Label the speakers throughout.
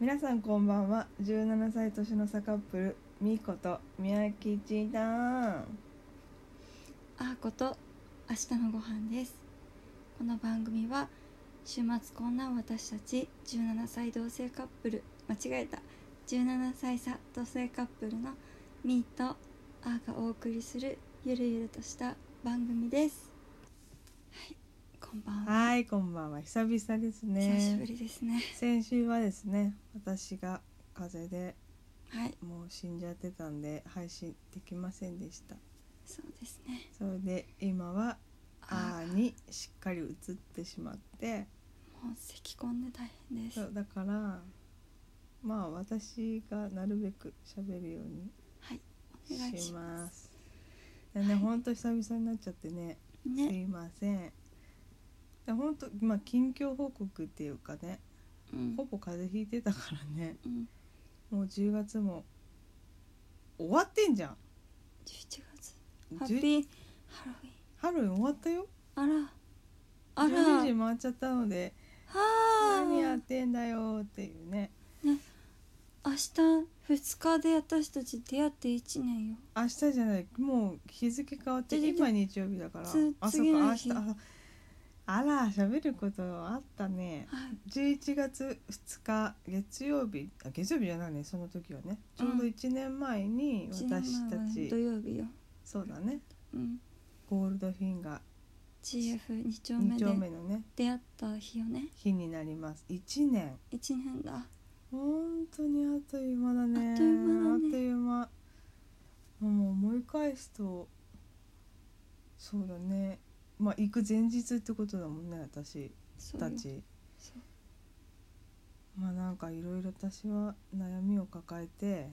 Speaker 1: 皆さんこんばんは17歳年の差カップルみーこと宮吉だん
Speaker 2: あーこと明日のご飯ですこの番組は週末こんな私たち17歳同性カップル間違えた17歳差同性カップルのみーとあーがお送りするゆるゆるとした番組ですはいこんばんは、
Speaker 1: はいこんばんは久々です
Speaker 2: 久しぶ
Speaker 1: ね
Speaker 2: りですね
Speaker 1: 先週はですね私が風邪で
Speaker 2: はい
Speaker 1: もう死んじゃってたんで配信できませんでした
Speaker 2: そうですね
Speaker 1: それで今はあーにしっかり移ってしまって
Speaker 2: もう咳込んで大変です
Speaker 1: そ
Speaker 2: は
Speaker 1: うだからまあ私がなるべく喋るように
Speaker 2: いお願い
Speaker 1: し
Speaker 2: しま
Speaker 1: ますす。でね、ほんと久々になっちゃってね、す
Speaker 2: ね
Speaker 1: いません。でほんとまあ近況報告っていうかね、
Speaker 2: うん
Speaker 1: ほぼ風邪ひいてたからね、
Speaker 2: うん
Speaker 1: もう10月も終わってんじゃん。
Speaker 2: 11月ハッ
Speaker 1: 10
Speaker 2: ピーハロウィン
Speaker 1: ハロウィン終わったよ。
Speaker 2: あらあら
Speaker 1: 12時回っちゃったので、
Speaker 2: はあ
Speaker 1: 何やってんだよっていうね。
Speaker 2: 明日2日で私たち出会って1年よ
Speaker 1: 明日じゃない、もう日付変わって
Speaker 2: じゃじゃじゃ
Speaker 1: 今日曜日だから。
Speaker 2: つ
Speaker 1: あそっ
Speaker 2: 次
Speaker 1: か
Speaker 2: の
Speaker 1: 明
Speaker 2: 日
Speaker 1: 日。ああら喋ることあったね。
Speaker 2: はい
Speaker 1: 11月2日月曜日あ月曜日じゃないねその時はねちょうど
Speaker 2: うん
Speaker 1: 1年前に私た
Speaker 2: 1
Speaker 1: ち、
Speaker 2: 年前は土曜日よ、
Speaker 1: そうだね
Speaker 2: うん、
Speaker 1: ゴールドフィンが
Speaker 2: GF2 丁目
Speaker 1: 2
Speaker 2: で
Speaker 1: 丁目のね
Speaker 2: 出会った日よね
Speaker 1: 日になります1年
Speaker 2: 1年だ
Speaker 1: 本当にあっという間だね
Speaker 2: あっという間だね
Speaker 1: あっという間もう思い返すとそうだねまあ行く前日ってことだもんね私
Speaker 2: そうよ
Speaker 1: たち
Speaker 2: そう
Speaker 1: まあなんかいろいろ私は悩みを抱えて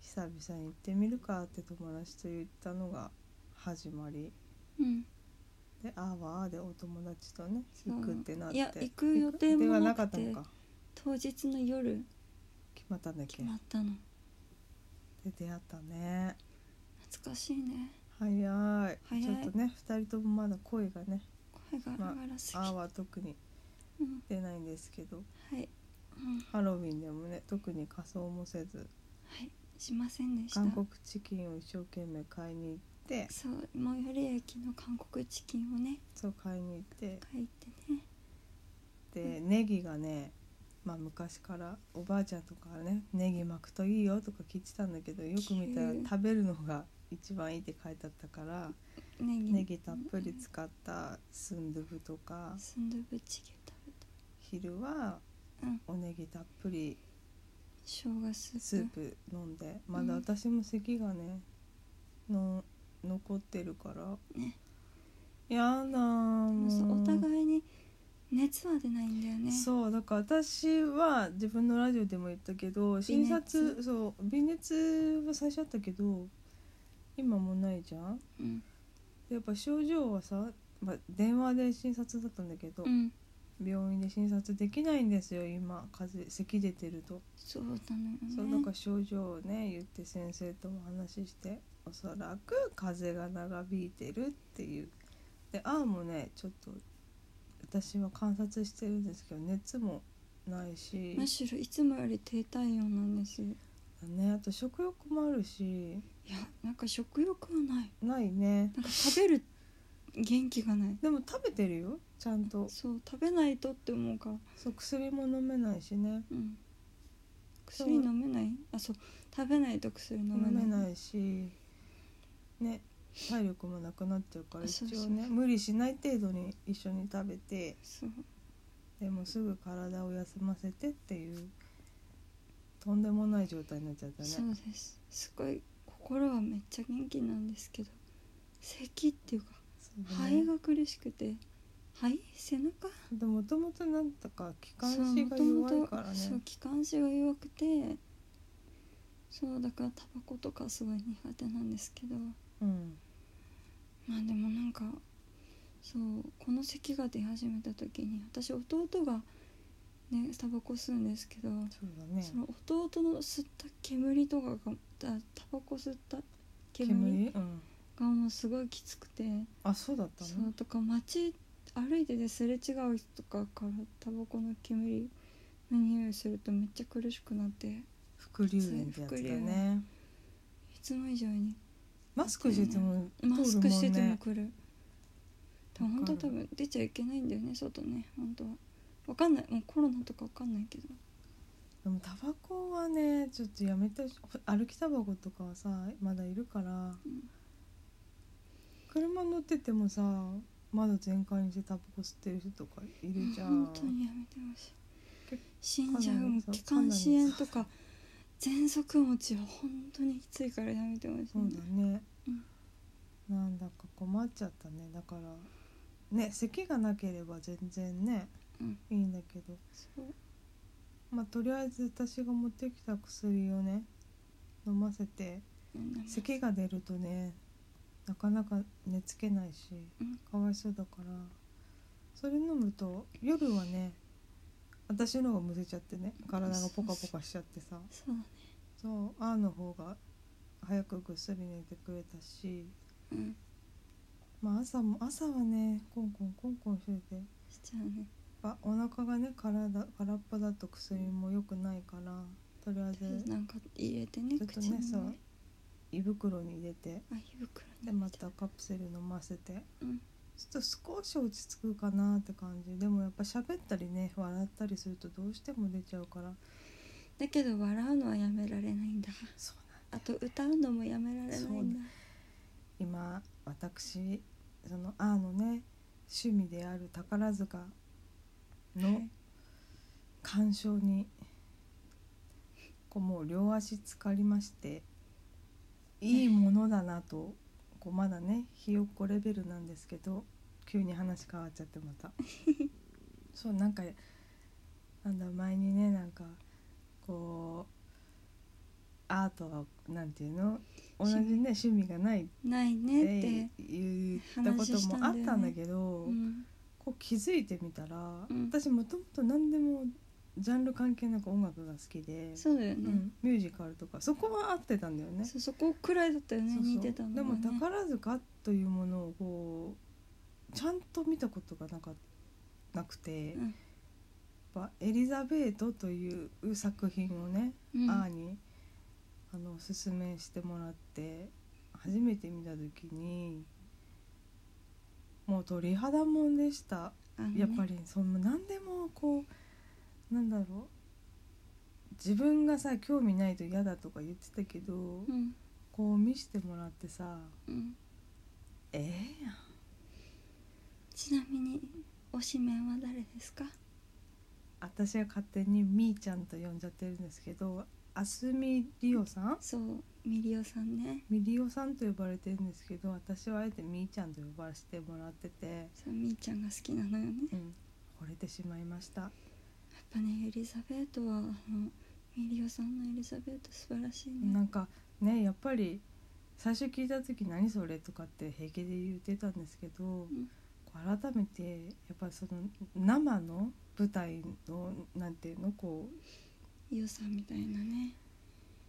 Speaker 1: 久々に行ってみるかって友達と言ったのが始まり
Speaker 2: うん
Speaker 1: であーわあーでお友達とね
Speaker 2: そう
Speaker 1: 行くってなって
Speaker 2: いや行く予定も
Speaker 1: 行く予定はな
Speaker 2: な
Speaker 1: か
Speaker 2: く
Speaker 1: った
Speaker 2: て
Speaker 1: のか
Speaker 2: 当日の夜
Speaker 1: 決まったんだっけ
Speaker 2: 決まったの
Speaker 1: で出会ったね
Speaker 2: 懐かしいね
Speaker 1: 早い
Speaker 2: 早い
Speaker 1: ちょっとね2人ともまだ声がね
Speaker 2: 声がガラガラすぎ、
Speaker 1: あーは特に
Speaker 2: うん
Speaker 1: 出ないんですけど
Speaker 2: はい、うん、は
Speaker 1: ハロウィンでもね特に仮装もせず
Speaker 2: いしませんでした
Speaker 1: 韓国チキンを一生懸命買いに行って
Speaker 2: そう最寄り駅の韓国チキンをね
Speaker 1: そう買いに行って
Speaker 2: 買いに行ってね
Speaker 1: でネギがね、まあ、昔からおばあちゃんとかはねネギ巻くといいよとか聞いてたんだけどよく見たら
Speaker 2: 急
Speaker 1: 食べるのが一番いいって書いてあったから
Speaker 2: ネギ
Speaker 1: ネギたっぷり使ったスンドゥブとか
Speaker 2: スンドゥブチゲ食べた
Speaker 1: 昼は
Speaker 2: うん
Speaker 1: おネギたっぷり
Speaker 2: 生姜スープ
Speaker 1: スープ飲んでまだ
Speaker 2: うん
Speaker 1: 私も咳がねの残ってるから
Speaker 2: ね
Speaker 1: やだーも
Speaker 2: もうさ
Speaker 1: う
Speaker 2: お互いに熱は出ないんだよね
Speaker 1: そうだから私は自分のラジオでも言ったけど
Speaker 2: 微
Speaker 1: 診
Speaker 2: 熱
Speaker 1: 察そう微熱は最初あったけど今もうないじゃん
Speaker 2: うん、
Speaker 1: でやっぱ症状はさ、まあ、電話で診察だったんだけど、
Speaker 2: うん、
Speaker 1: 病院で診察できないんですよ今風邪咳出てると、
Speaker 2: そうなのよね
Speaker 1: そうだから症状をね言って先生とも話しておそらく風邪が長引いてるっていうであーもねちょっと私は観察してるんですけど熱もないし
Speaker 2: むしろいつもより低体温なんですい
Speaker 1: ねあと食欲もあるし
Speaker 2: やなんか食欲はな
Speaker 1: な
Speaker 2: い
Speaker 1: いね
Speaker 2: なんか食べる元気がない
Speaker 1: でも食べてるよちゃんと
Speaker 2: そう食べないとって思うから
Speaker 1: そう薬も飲めないしね
Speaker 2: うん薬飲めないあそう食べないと薬飲
Speaker 1: 飲
Speaker 2: めない
Speaker 1: めないしね体力もなくなっちゃうから一
Speaker 2: そうそう
Speaker 1: 応ね無理しない程度に一緒に食べて
Speaker 2: そう
Speaker 1: でもすぐ体を休ませてっていうとんでもない状態になっちゃった
Speaker 2: そ
Speaker 1: ね
Speaker 2: うですすごい心はめっちゃ元気なんですけど咳っていうか
Speaker 1: そうだね
Speaker 2: 肺が苦しくて肺背中
Speaker 1: でもともとなんだか気管
Speaker 2: そう
Speaker 1: 支が弱いから
Speaker 2: 元々そう
Speaker 1: ね
Speaker 2: 気管支が弱くてそうだからタバコとかすごい苦手なんですけど
Speaker 1: うん
Speaker 2: まあでもなんかそうこの咳が出始めた時に私弟がねタバコ吸うんですけど、
Speaker 1: そうだね
Speaker 2: その弟の吸った煙とかがあタバコ吸った煙
Speaker 1: 煙うん
Speaker 2: がもうすごいきつくて。
Speaker 1: あそうだった
Speaker 2: そ
Speaker 1: の
Speaker 2: うとか街歩いててすれ違う人とかからタバコの煙匂いするとめっちゃ苦しくなってい
Speaker 1: 副流炎ってやつだ
Speaker 2: 副流
Speaker 1: ね
Speaker 2: つも以上に
Speaker 1: マスクしてても通るもん
Speaker 2: マ
Speaker 1: ね
Speaker 2: スクしてても来るでも
Speaker 1: わ
Speaker 2: 本
Speaker 1: か
Speaker 2: 当
Speaker 1: る
Speaker 2: は多分出ちゃいけないんだよね外ね本当はわかんないもうコロナとかわかんないけど
Speaker 1: でもタバコはねちょっとやめてほし歩きタバコとかはさまだいるから、
Speaker 2: ん
Speaker 1: 車乗っててもさ窓全開にしてタバコ吸ってる人とかいるじゃん
Speaker 2: 本当にやめてほしい
Speaker 1: 結
Speaker 2: 死んじゃう
Speaker 1: かなり
Speaker 2: もう
Speaker 1: そう
Speaker 2: 気管支炎とか喘息持ちは本当にきついからやめてほしいね、
Speaker 1: そうだね、
Speaker 2: うん
Speaker 1: なんだか困っちゃったねだからね咳がなければ全然ね、
Speaker 2: うん
Speaker 1: いいんだけど
Speaker 2: そう
Speaker 1: まあとりあえず私が持ってきた薬をね飲ませて
Speaker 2: なんだ
Speaker 1: 咳が出るとねなかなか寝つけないし、
Speaker 2: うん
Speaker 1: かわいそうだからそれ飲むと夜はね私の方がむせちゃってね体がポカポカしちゃってさ
Speaker 2: そうだね
Speaker 1: そうあーの方が早くぐっすり寝てくれたし、
Speaker 2: うん
Speaker 1: まあ、朝も朝はねコンコンコンコンしててやっ
Speaker 2: しちゃうね
Speaker 1: ぱお腹がね体空っぽだと薬も良くないからとりあえず
Speaker 2: なんか入れてね
Speaker 1: ちょっとね
Speaker 2: 口にね
Speaker 1: そう胃袋に入れて
Speaker 2: あ胃袋に
Speaker 1: でまたカプセル飲ませて
Speaker 2: うん
Speaker 1: ちょっと少し落ち着くかなって感じでもやっぱ喋ったりね笑ったりするとどうしても出ちゃうから
Speaker 2: だけど笑うのはやめられないんだ
Speaker 1: そう
Speaker 2: あと歌うのもやめられない
Speaker 1: そうん
Speaker 2: だ
Speaker 1: 今私そのあーのね趣味である宝塚
Speaker 2: は
Speaker 1: の
Speaker 2: い
Speaker 1: 鑑賞にこうもう両足つかりましていいものだなとこうまだねひよっこレベルなんですけど急に話変わっちゃってまたそうなんかなんだ前にねなんかこうアートがなんていうの同じね趣味がない
Speaker 2: ないねって、
Speaker 1: って言ったこともあったんだけど
Speaker 2: うん、
Speaker 1: こう気づいてみたら、
Speaker 2: うん
Speaker 1: 私もともと何でもジャンル関係なく音楽が好きで、
Speaker 2: そうだよね、
Speaker 1: うんミュージカルとかそこは合ってたんだよね。
Speaker 2: そうそこくらいだったよね
Speaker 1: そうそう
Speaker 2: 似てたの
Speaker 1: で
Speaker 2: は
Speaker 1: も
Speaker 2: ね
Speaker 1: 宝塚というものをこうちゃんと見たことがなかなくて、
Speaker 2: うん
Speaker 1: やっぱ「エリザベート」という作品をね、
Speaker 2: うん
Speaker 1: あーにあのおすすめしてもらって初めて見た時にもう鳥肌もんでした
Speaker 2: あのね
Speaker 1: やっぱりその何でもこうなんだろう自分がさ興味ないと嫌だとか言ってたけど、
Speaker 2: うん
Speaker 1: こう見してもらってさ
Speaker 2: うん
Speaker 1: ええやん
Speaker 2: ちなみに推しメンは誰ですか
Speaker 1: 私は勝手にみーちゃんと呼んじゃってるんですけどあすみりおさん
Speaker 2: そうミリオさんね
Speaker 1: みりおさんと呼ばれてるんですけど私はあえてみーちゃんと呼ばせてもらってて、
Speaker 2: そうみーちゃんが好きなのよねや
Speaker 1: うん、惚れてしまいました
Speaker 2: っぱねエリザベートはあのミリオさんのエリザベート素晴らしいね
Speaker 1: なんかねやっぱり最初聞いた時「何それ?」とかって平気で言ってたんですけど、こ
Speaker 2: ん
Speaker 1: う改めてやっぱりその生の舞台のなんていうのこ
Speaker 2: イオさんみたいなね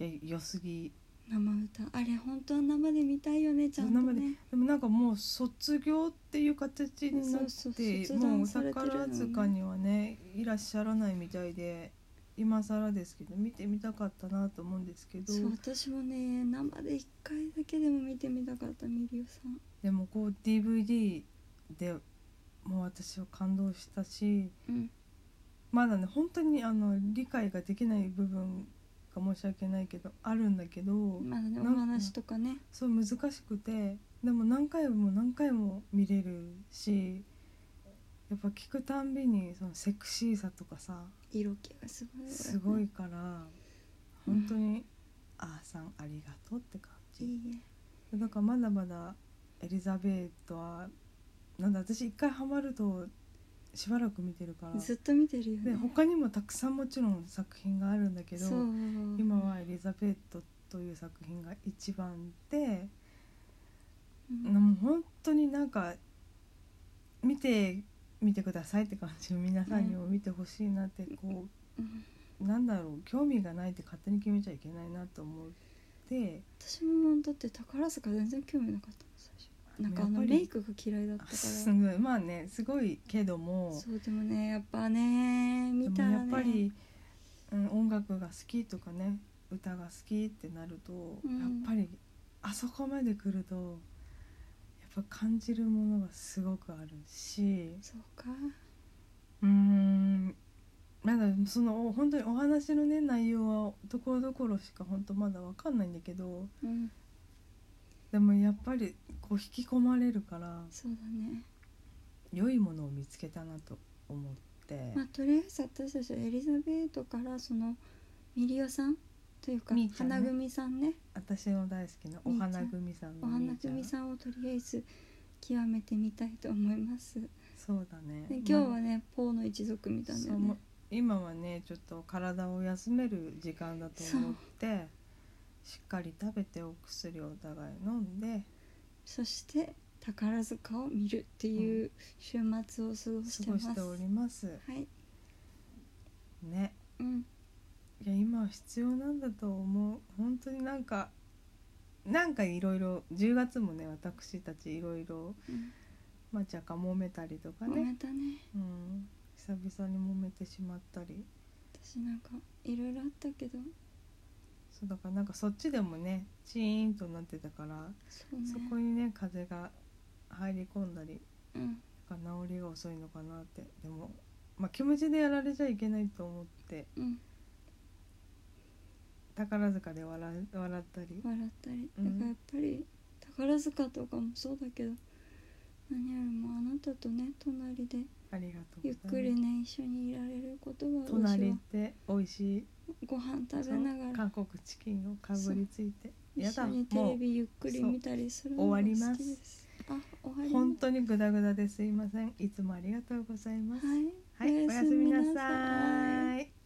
Speaker 1: ういや良すぎ
Speaker 2: 生歌あれ本当は生で見たいよねちゃんと
Speaker 1: 生で
Speaker 2: ね
Speaker 1: でもなんかもう卒業っていう形になっ
Speaker 2: そうそう
Speaker 1: て
Speaker 2: 卒
Speaker 1: も
Speaker 2: 団
Speaker 1: う
Speaker 2: されてるよね
Speaker 1: 宝塚にはねいらっしゃらないみたいで今更ですけど見てみたかったなと思うんですけど
Speaker 2: そう私もね生で一回だけでも見てみたかったミリオさん
Speaker 1: でもこう DVD でもう私は感動したし
Speaker 2: うん
Speaker 1: まだね本当にあの理解ができない部分が申し訳ないけどあるんだけど、
Speaker 2: まだねお
Speaker 1: なんか
Speaker 2: 話とかね
Speaker 1: そう難しくてでも何回も何回も見れるしやっぱ聞くたんびにそのセクシーさとかさ
Speaker 2: 色気がすごいわね
Speaker 1: すごいから本当に「あーさんありがとう」って感じ
Speaker 2: いいえ
Speaker 1: だからまだまだエリザベートはなんだ私一回ハマるとしばらく見てるから
Speaker 2: ずっと見てるよ
Speaker 1: で
Speaker 2: ね
Speaker 1: 他にもたくさんもちろん作品があるんだけど
Speaker 2: そう
Speaker 1: 今はエリザベートという作品が一番で
Speaker 2: うん
Speaker 1: もう本当になんか見てみてくださいって感じ皆さんにも見てほしいなってこ
Speaker 2: うん
Speaker 1: うなんだろう興味がないって勝手に決めちゃいけないなと思って
Speaker 2: 私もだって宝塚全然興味なかったの最初なんか
Speaker 1: や
Speaker 2: あ
Speaker 1: っぱ
Speaker 2: の
Speaker 1: り
Speaker 2: レイクが嫌いだったか
Speaker 1: す
Speaker 2: ら
Speaker 1: ごいまあねすごいけども
Speaker 2: そうでもねやっぱね見た
Speaker 1: でも
Speaker 2: ら
Speaker 1: やっ
Speaker 2: ね
Speaker 1: ぱり、うん、音楽が好きとかね歌が好きってなると、
Speaker 2: うん
Speaker 1: やっぱりあそこまで来るとやっぱ感じるものがすごくあるし
Speaker 2: そうか
Speaker 1: うーんまだその本当にお話のね内容はところどころしか本当まだわかんないんだけど
Speaker 2: うん
Speaker 1: でもやっぱりこう引き込まれるから
Speaker 2: そうだね
Speaker 1: 良いものを見つけたなと思って。
Speaker 2: まあとりあえず私たちはエリザベートからそのミリオさんというか、
Speaker 1: みーちゃんね
Speaker 2: 花組さんね
Speaker 1: 私の大好きなお花組さん
Speaker 2: お
Speaker 1: の
Speaker 2: 花
Speaker 1: みーちゃん
Speaker 2: 組さんをとりあえず極めてみたいと思います
Speaker 1: そうだね
Speaker 2: で今日はね、ポーの一族見たんだ
Speaker 1: そ
Speaker 2: よ
Speaker 1: う
Speaker 2: ね
Speaker 1: も今はねちょっと体を休める時間だと思ってしっかり食べてお薬をお互い飲んで
Speaker 2: そして宝塚を見るっていう週末を過ごして
Speaker 1: 過ご
Speaker 2: ます、
Speaker 1: しております
Speaker 2: はい
Speaker 1: ね
Speaker 2: うん
Speaker 1: いや今は必要なんだと思う本当になんかなんかいろいろ10月もね私たちいろいろ
Speaker 2: うん
Speaker 1: まあ若干揉めたりとか
Speaker 2: ごめ
Speaker 1: ね、
Speaker 2: んだね
Speaker 1: うん、久々に揉めてしまったり
Speaker 2: 私なんかいろいろあったけど
Speaker 1: そうだからなんかそっちでもねチーンとなってたから
Speaker 2: そうね
Speaker 1: そこにね風が入り込んだり
Speaker 2: うん
Speaker 1: なんか治りが遅いのかなってでも、まあ、気持ちでやられちゃいけないと思って
Speaker 2: うん
Speaker 1: 宝塚で笑う笑ったり
Speaker 2: 笑ったり
Speaker 1: う
Speaker 2: だ
Speaker 1: ん
Speaker 2: からやっぱり宝塚とかもそうだけど何よりもあなたとね隣で
Speaker 1: ありがとう
Speaker 2: ゆっくりね一緒にいられることが私
Speaker 1: 隣
Speaker 2: は
Speaker 1: で美味しい
Speaker 2: ご飯食べながら
Speaker 1: 韓国チキンをかぶりついてや
Speaker 2: 一緒
Speaker 1: だ
Speaker 2: にテ
Speaker 1: も
Speaker 2: レ
Speaker 1: う
Speaker 2: ビゆっくり見たりするのが好きですあ終わり
Speaker 1: 本当にグダグダですいませんいつもありがとうございます
Speaker 2: はい、
Speaker 1: はい、おやすみなさ
Speaker 2: い
Speaker 1: ーい